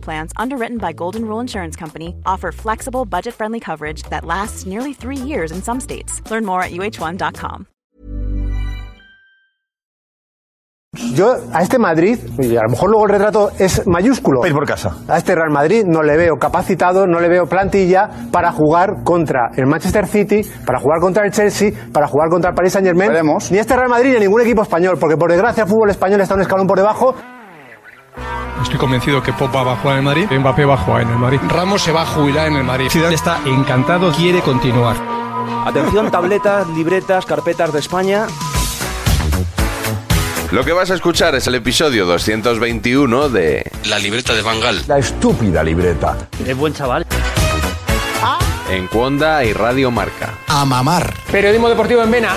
Plans, underwritten by Golden Rule Insurance Company, offer flexible, budget friendly coverage that lasts nearly three years in some states. Learn more at uh1.com. Yo a este Madrid, y a lo mejor luego el retrato es mayúsculo. Va a ir por casa. A este Real Madrid no le veo capacitado, no le veo plantilla para jugar contra el Manchester City, para jugar contra el Chelsea, para jugar contra el Paris Saint Germain. Veremos. Ni este Real Madrid ni ningún equipo español, porque por desgracia el fútbol español está un escalón por debajo. Estoy convencido que Pogba va a jugar en el Madrid, Mbappé va a jugar en el Madrid, Ramos se va a jubilar en el Madrid. Zidane está encantado, quiere continuar. Atención, tabletas, libretas, carpetas de España. Lo que vas a escuchar es el episodio 221 de La libreta de Bangal. La estúpida libreta. Es buen chaval. En Cuonda y Radio Marca. A mamar. Periodismo deportivo en Vena.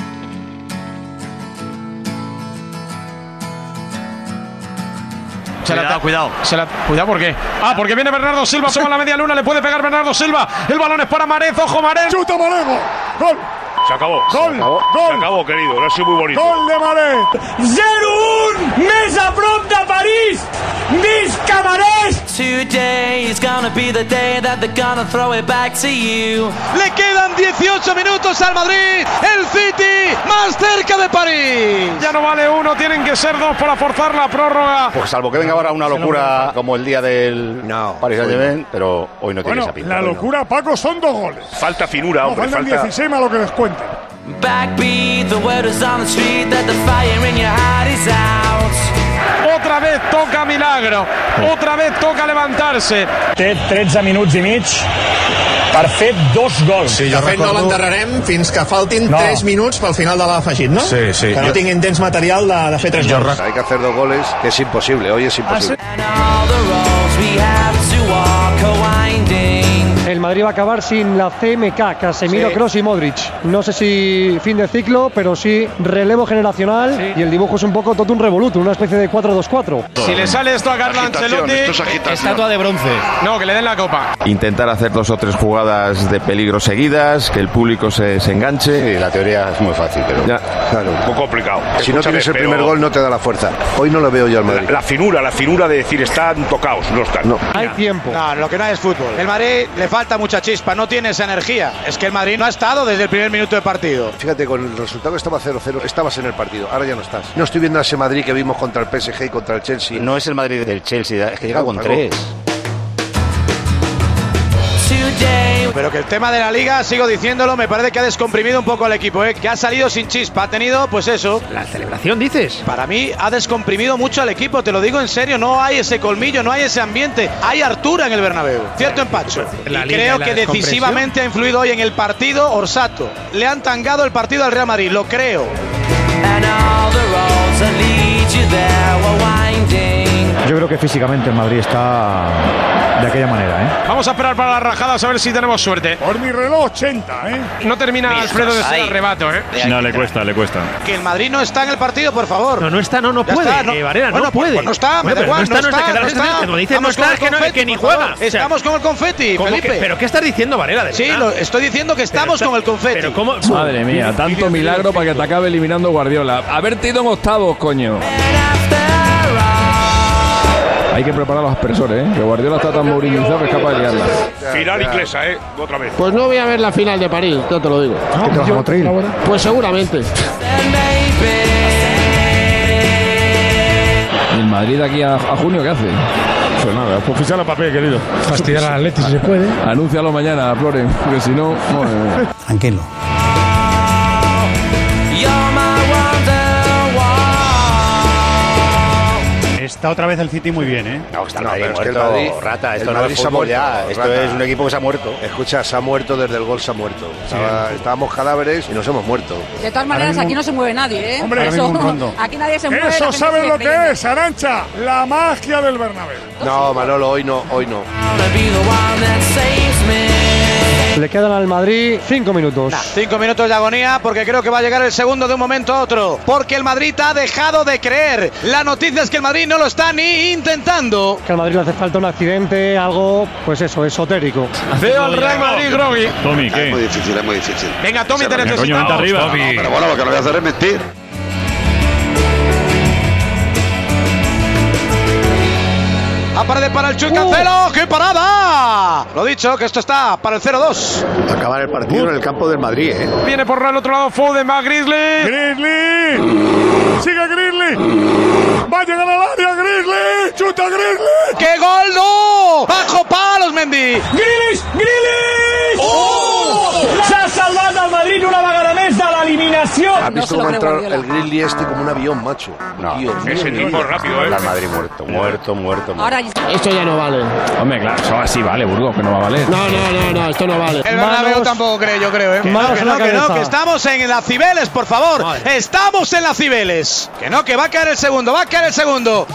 Se cuidado, la cuidado. Se la, cuidado porque. Ah, porque viene Bernardo Silva, suma la media luna, le puede pegar Bernardo Silva. El balón es para Marez, ojo Marez. ¡Chuta Marego! ¡Gol! Se acabó. ¡Gol! Se acabó, ¡Gol! Se acabó, querido. Lo ha sido muy bonito. ¡Gol de Marez! 0-1! ¡Mesa pronta París! ¡Mis camarés! Today is gonna be the day that they're gonna throw it back to you. Le quedan 18 minutos al Madrid. El City más cerca de París. Ya no vale uno, tienen que ser dos para forzar la prórroga. Pues salvo que venga ahora una locura como el día del No, Paris Saint Germain, pero hoy no tiene Bueno, esa pinta. la Hoy no. locura, Paco, son dos goles. Falta finura, No, hombre. faltan Falta. 16 más lo que les cuenten. Backbeat, the word is on the street that the fire in your heart is out. Otra vez toca Milagro. Otra vez toca levantarse. Té 13 minuts i mig per fer dos gols. Sí, jo De fet, no recordo... l'enterrarem fins que faltin No. 3 minuts pel final de l'afegit, no? Sí, sí. Que no Jo- tinguin temps material de, de fer 3 gols. Hay que hacer dos goles, que es imposible. Hoy es imposible. And all the roads we have to walk are winding. El Madrid va a acabar sin la CMK, Casemiro, Cross y Modric. No sé si fin de ciclo, pero sí relevo generacional y el dibujo es un poco totum revolutum, una especie de 4-2-4. Si le sale esto a Carlo Agitación, Ancelotti. esto es agitación. Estatua de bronce. No, que le den la copa. Intentar hacer dos o tres jugadas de peligro seguidas, que el público se, se enganche. Sí, la teoría es muy fácil, pero. Ya. Claro. Un poco complicado. Si no Escúchame, tienes el pero primer gol, no te da la fuerza. Hoy no lo veo yo al La, Madrid. la finura, la finura de decir están tocados, no están. No. Hay tiempo. No, lo que no hay es fútbol. El Madrid le falta mucha chispa, no tiene esa energía. Es que el Madrid no ha estado desde el primer minuto de partido. Fíjate, con el resultado que estaba 0-0, estabas en el partido, ahora ya no estás. No estoy viendo a ese Madrid que vimos contra el PSG y contra el Chelsea. No es el Madrid del Chelsea, es que llega con Paco. tres. Today, Pero que el tema de la liga, sigo diciéndolo, me parece que ha descomprimido un poco el equipo, ¿eh? que ha salido sin chispa, ha tenido pues eso. La celebración, dices. Para mí ha descomprimido mucho al equipo, te lo digo en serio, no hay ese colmillo, no hay ese ambiente, hay hartura en el Bernabéu, cierto empacho. La Y liga creo y la que descompresión. decisivamente ha influido hoy en el partido Orsato. Le han tangado el partido al Real Madrid, lo creo. and all the roads that lead you there were winding. Yo creo que físicamente el Madrid está de aquella manera, ¿eh? Vamos a esperar para las rajadas a ver si tenemos suerte. Por mi reloj, 80, ¿eh? No termina Alfredo de ser arrebato, ¿eh? No, le cuesta, le cuesta. Que el Madrid no está en el partido, por favor. No, no está, no, no Ya puede. está, no. eh, Varela, Bueno, no pues- puede. pues no está, me Bueno, da igual, pero no está, está, no está, está. Cuando dices no Estamos está, es que, no, con el es confeti, que ni por favor. juega. O sea, Estamos con el confeti, ¿cómo que- Felipe. ¿Pero qué estás diciendo, Varela? de Sí, verdad? lo, estoy diciendo que Pero estamos está- con el confeti. Pero cómo... Madre mía, tanto milagro para que te acabe eliminando Guardiola. Haberte ido en octavos, coño. And after all, Hay que preparar los aspersores, ¿eh? Que Guardiola está tan mourinizado que es capaz de liarla. Final inglesa, ¿eh? Otra vez. Pues no voy a ver la final de París, yo te lo digo. Ah, ¿Qué te vas a Motril? Pues seguramente. then maybe. El Madrid de aquí a, a junio, ¿qué hace? Pues nada, pues fichar a papel, querido. Fastidiar al Atleti si se puede. Anúncialo mañana, Floren, porque si no. Tranquilo. Está otra vez el City muy bien, ¿eh? No, está el No, Madrid pero es que el muerto, Madrid- rata. el Esto no Madrid es se ha fútbol ya. muerto, Esto rata. es un equipo que se ha muerto. Escucha, se ha muerto desde el gol, se ha muerto. Estaba- estábamos cadáveres y nos hemos muerto. De todas maneras, aquí no se mueve nadie, ¿eh? Hombre, ahora mismo un rondo. aquí nadie se mueve. la Eso gente saben sigue lo que creyendo. es, Arancha. La magia del Bernabéu. No, Manolo, hoy no, hoy no. Le quedan al Madrid cinco minutos. Cinco minutos de agonía porque creo que va a llegar el segundo de un momento a otro. Porque el Madrid ha dejado de creer. La noticia es que el Madrid no lo está ni intentando. Que al Madrid le hace falta un accidente, algo, pues eso, esotérico. Veo al Real Madrid, Grogui. Tommy, ¿qué? Es muy difícil, es muy difícil. Venga, Tommy, te Coño, necesitamos. vente arriba. Tommy. Pero bueno, lo que no voy a hacer es mentir. Aparece para el Chuy Cancelo. ¡Qué parada! Lo dicho, que esto está para el 0-2. Acabar el partido en el campo del Madrid, ¿eh? Viene por el otro lado Foden, va Grizzly. ¡Grizzly! ¡Sigue Grizzly! ¡Va a llegar al área Grizzly! ¡Chuta Grizzly! ¡Qué gol no! ¡Bajo palos, Mendy! ¡Grilis! ¡Grilis! Se ha salvado al Madrid una vagaranesa la eliminación. ¿Has visto cómo ha entrado el Grizzly este como un avión, macho? No, ese tipo es rápido, ¿eh? La Madrid muerto, muerto, muerto. Ahora Esto ya no vale. Hombre, claro, eso así vale, Burgos, que no va a valer. No, no, no, no, esto no vale. El Bernabéu tampoco cree, yo creo, ¿eh? Que no, Manos que en no, la que no, cabeza. que estamos en la Cibeles, por favor. Estamos en la Cibeles. Que no, que va a caer el segundo, va a caer el segundo.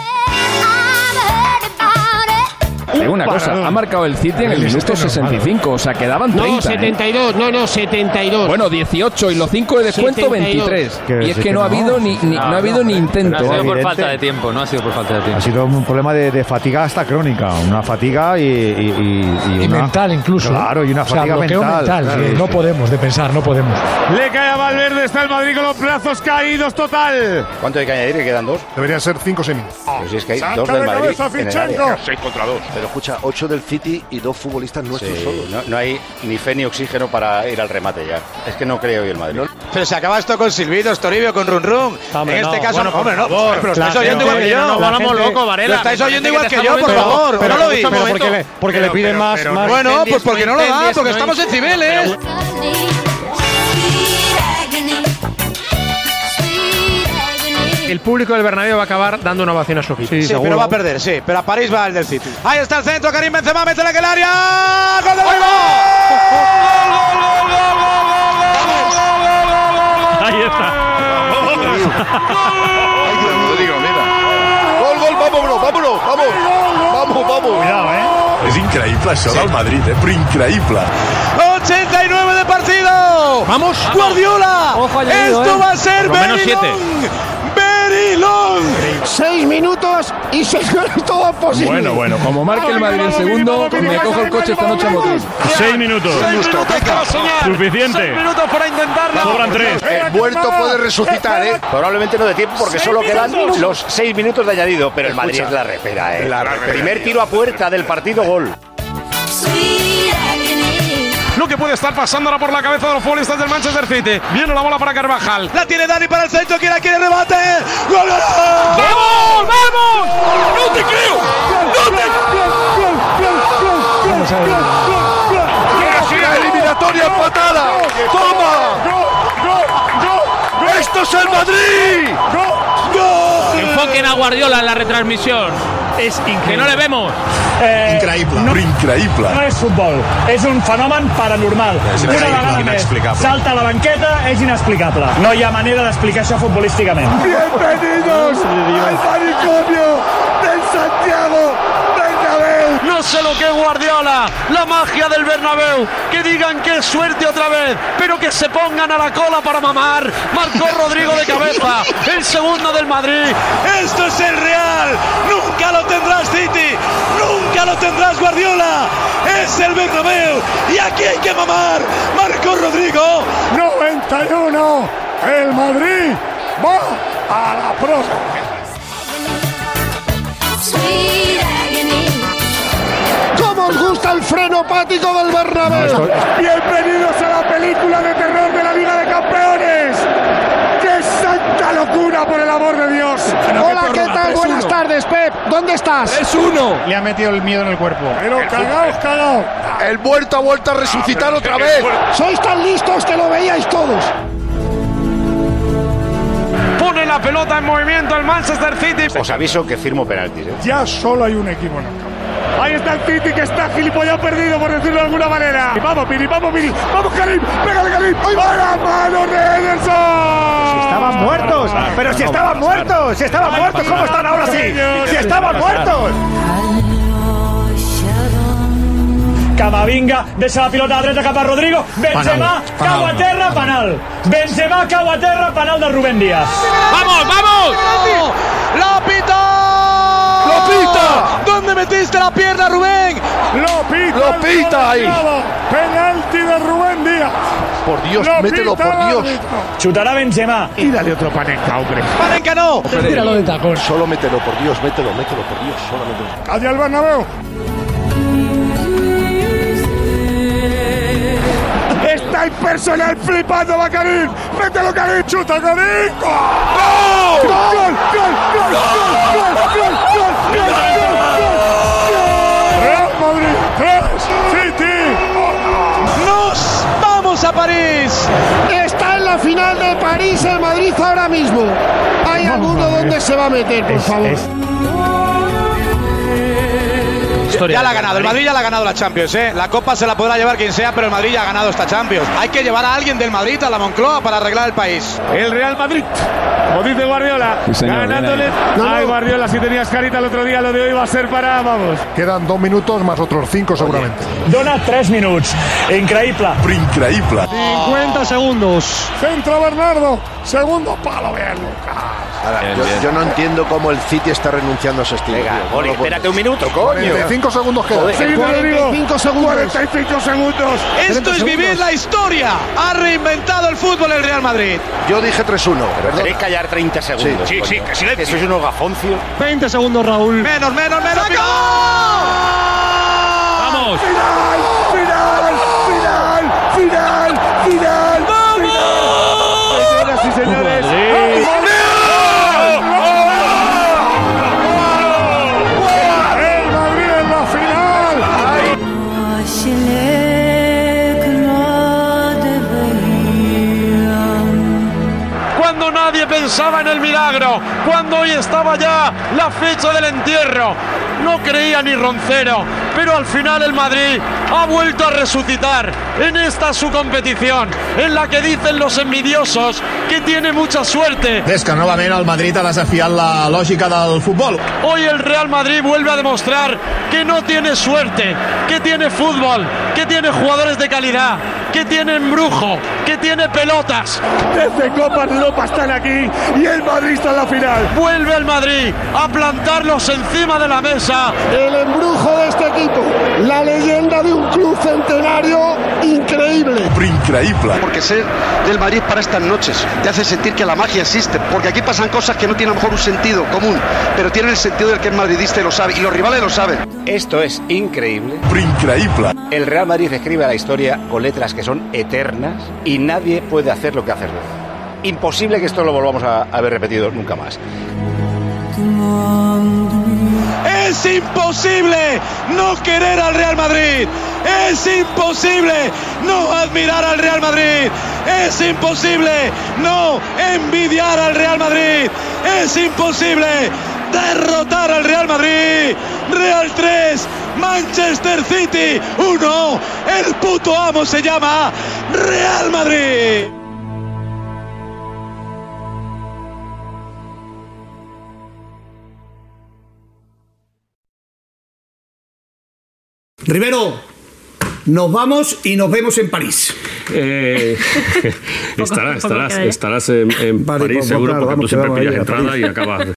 Digo una Un cosa, paradón. ha marcado el City en el minuto 65, o sea, quedaban No, 30. ¿eh? 72, no, no, 72. Bueno, 18 y los 5 de descuento 72. 23. Que Y es sí que que no ha no. habido ni, ni- no ha habido ni No intento. ha sido por Evidente. falta de tiempo, no ha sido por falta de tiempo. Ha sido un problema de, de fatiga hasta crónica, una fatiga y, y- y- y Y una- mental incluso. ¿eh? Claro, y una O sea, fatiga bloqueo mental. mental, claro, que sí, no sí. podemos, de pensar, no podemos. Le cae a Valverde, está el Madrid con los plazos caídos total. ¿Cuánto hay que añadir? ¿Que quedan dos? Deberían ser cinco semis. Pues Pero si es que hay Saca dos de del Madrid cabeza, en el Fichenko. área. Seis contra dos. Pero escucha, ocho del City y dos futbolistas nuestros Sí, solos. no, no hay ni fe ni oxígeno para ir al remate ya. Es que no creo hoy el Madrid. Pero se acaba esto con silbidos, Toribio, con Run Run. Hombre, en este no, caso, bueno, no, por hombre, no. favor. Pero lo La estáis oyendo igual que gente- yo. no, no, volvamos La gente- loco, Varela. Lo estáis Me parece oyendo igual que que te yo, estamos por viendo- favor. pero No lo vi. escucha un momento. Porque le- porque le piden más- más- Bueno, pues Entendies, porque no no lo da, entendies, porque no estamos en Cibeles. El público del Bernabéu va a acabar dando una ovación a su equipo. Sí, pero va a perder, sí. Pero a París va el del City. Ahí está el centro, Karim Benzema, mete la que el área. ¡Gol de Ahí Yo digo, mira. Gol, gol, vámonos, vámonos, vamos. Vamos, vamos. Cuidado, eh. És increïble això sí. del Madrid, eh? però increïble. 89 de partido. Vamos. Guardiola. añadido, Esto ¿eh? va a ser Por lo menos Berilón. Berilón. Seis minutos y seis goles todos posibles. Bueno, bueno, Ah, como marque el Madrid el segundo, me cojo el coche esta noche a motor. Seis minutos. Suficiente. minutos para intentarlo. Sobran tres. El muerto puede resucitar, ¿eh? Probablemente no de tiempo porque Seis solo quedan minutos. los seis minutos de añadido. Pero el Madrid Escucha. es la repera, ¿eh? La repera. Primer tiro a puerta del partido, gol. Lo que puede estar pasando ahora por la cabeza de los futbolistas del Manchester City. Viene la bola para Carvajal. La tiene Dani para el centro. ¿Quién la quiere rebate? ¡Gol, gol! ¡Vamos! ¡Vamos! ¡No te creo! ¡No Vamos a ver. Eliminatoria empatada. Toma. Esto es el Madrid. Enfoquen a Guardiola en la retransmisión. Es increíble. Que no le vemos. Increïble. No. Increïble. No és futbol, és un fenomen paranormal. És Una increïble, vegada més, inexplicable. salta a la banqueta, és inexplicable. No hi ha manera d'explicar això futbolísticament. Bienvenidos al manicomio del Santiago Bernabéu. No sé lo que es Guardiola, la magia del Bernabéu. Que digan que es suerte otra vez, pero que se pongan a la cola para mamar. Marcó Rodrigo de cabeza, el segundo del Madrid. Esto es el Real. Nunca lo tendrás City. Nunca lo tendrás Guardiola. Es el Bernabéu. Y aquí hay que mamar. Marco Rodrigo. 91. El Madrid va a la prórroga. ¿Cómo os gusta el frenopático del Bernabéu? Bienvenidos a la película de terror de la Liga de Campeones. ¡Qué santa locura! Osasuna, por el amor de Dios. Hola, ¿qué tal? Buenas tardes, Pep. ¿Dónde estás? Es uno. Le ha metido el miedo en el cuerpo. Pero cagaos, cagaos. El muerto ha vuelto a resucitar Ah, pero otra que- vez. que- Sois tan listos que lo veíais todos. Pone la pelota en movimiento el Manchester City. Os aviso que firmo penaltis. ¿eh? Ya solo hay un equipo en el campo. Ahí está el Titi que está gilipollado perdido, por decirlo de alguna manera. Y Vamos, Piri, vamos, Piri. Vamos, Karim. Pégale, Karim. ¡Ay, va la mano de Ederson! Estaban muertos, pero si estaban muertos, si estaban Ay, muertos, ¿cómo pasar, están ahora sí? señor. Si estaban Pasar. muertos. Camavinga, deixa la pilota a la dreta cap a Rodrigo, Benzema, Penal, penal. cau a terra, penal. Benzema, cau a terra, penal del Rubén Díaz. ¡Vamos, vamos! ¡La pita! ¡Lo pita! ¿Dónde metiste la pierna, Rubén? ¡Lo pita! ¡Lo pita ahí! Penalti de Rubén Díaz. Por Dios, Lo mételo, pita por el Dios. árbitro. Chutará Benzema. Y dale otro panenca, hombre. ¡Panenka no! Tíralo de tacón. Solo mételo, por Dios, mételo, mételo, por Dios, solamente. Allá el Bernabéu. Está impersonal flipando va Karim. Mételo Karim, chuta Karim. ¡Gol! ¡Gol! ¡Gol! ¡Gol! ¡Gol! ¡Gol! ¡Gol! ¡Gol! ¡Gol! ¡Gol! ¡Gol! Real Madrid 3, City ¡Nos vamos a París! Está en la final de París el Madrid ahora mismo. Hay alguno donde se va a meter, por favor. este. ya la ha ganado, el Madrid ya la ha ganado la Champions, ¿eh? La Copa se la podrá llevar quien sea, pero el Madrid ya ha ganado esta Champions. Hay que llevar a alguien del Madrid a la Moncloa para arreglar el país. El Real Madrid, como dice Guardiola, Sí, señor, ganándole. bien ahí. No, Ay, no. Guardiola, si tenías carita el otro día, lo de hoy va a ser para, vamos. Quedan dos minutos más otros cinco seguramente. Dona 3 minuts. Increïble. Increíble. 50 segundos. Centro Bernardo, segundo palo, bien Lucas. Ahora, Bien, yo, bien. yo no entiendo cómo el City está renunciando a ese estilo. Venga, tío. Gori, No lo puedo- espérate un minuto, Joder. coño. 45 segundos quedan. Sí, te lo digo. 45 segundos. Esto es vivir la historia. Ha reinventado el fútbol el Real Madrid. Yo dije 3-1. perdón. Queréis callar 30 segundos. Sí, sí, que silencio. Sois unos gafoncios. 20 segundos, Raúl. Menos, menos, menos. ¡Vamos! ¡Final! ¡Final! ¡Final! ¡Final! ¡Final! ¡Vamos! Señoras y señores. ¡El Madrid en la final! Cuando nadie pensaba en el milagro, cuando hoy estaba ya la fecha del entierro, no creía ni Roncero, pero al final el Madrid ha vuelto a resucitar en esta su competición, en la que dicen los envidiosos que tiene mucha suerte. És que novament el Madrid ha desafiat la lògica del futbol. Hoy el Real Madrid vuelve a demostrar que no tiene suerte, que tiene fútbol, que tiene jugadores de calidad, que tiene embrujo, que tiene pelotas. Desde Copa Europa están aquí y el Madrid está en la final. Vuelve el Madrid a plantarlos encima de la mesa. El embrujo de este equipo, la leyenda de un club centenario increíble. Increíble. Porque ser del Madrid para estas noches te hace sentir que la magia existe. Porque aquí pasan cosas que no tienen a lo mejor un sentido común, pero tienen el sentido del que es madridista y lo sabe. Y los rivales lo saben. Esto es increíble. Increíble. El Real Madrid escribe la historia con letras que son eternas y nadie puede hacer lo que hace Rueda. Imposible que esto lo volvamos a a haber repetido nunca más. Es imposible no querer al Real Madrid. Es imposible no admirar al Real Madrid. Es imposible no envidiar al Real Madrid. Es imposible derrotar al Real Madrid. Real 3, Manchester City 1. El puto amo se llama Real Madrid. Rivero, nos vamos y nos vemos en París. Eh, estarás, poco estarás, queda, ¿eh? estarás en, en Vale, París pues, seguro claro, porque tú vamos, siempre que vamos ahí pillas a entrada París. y acabas.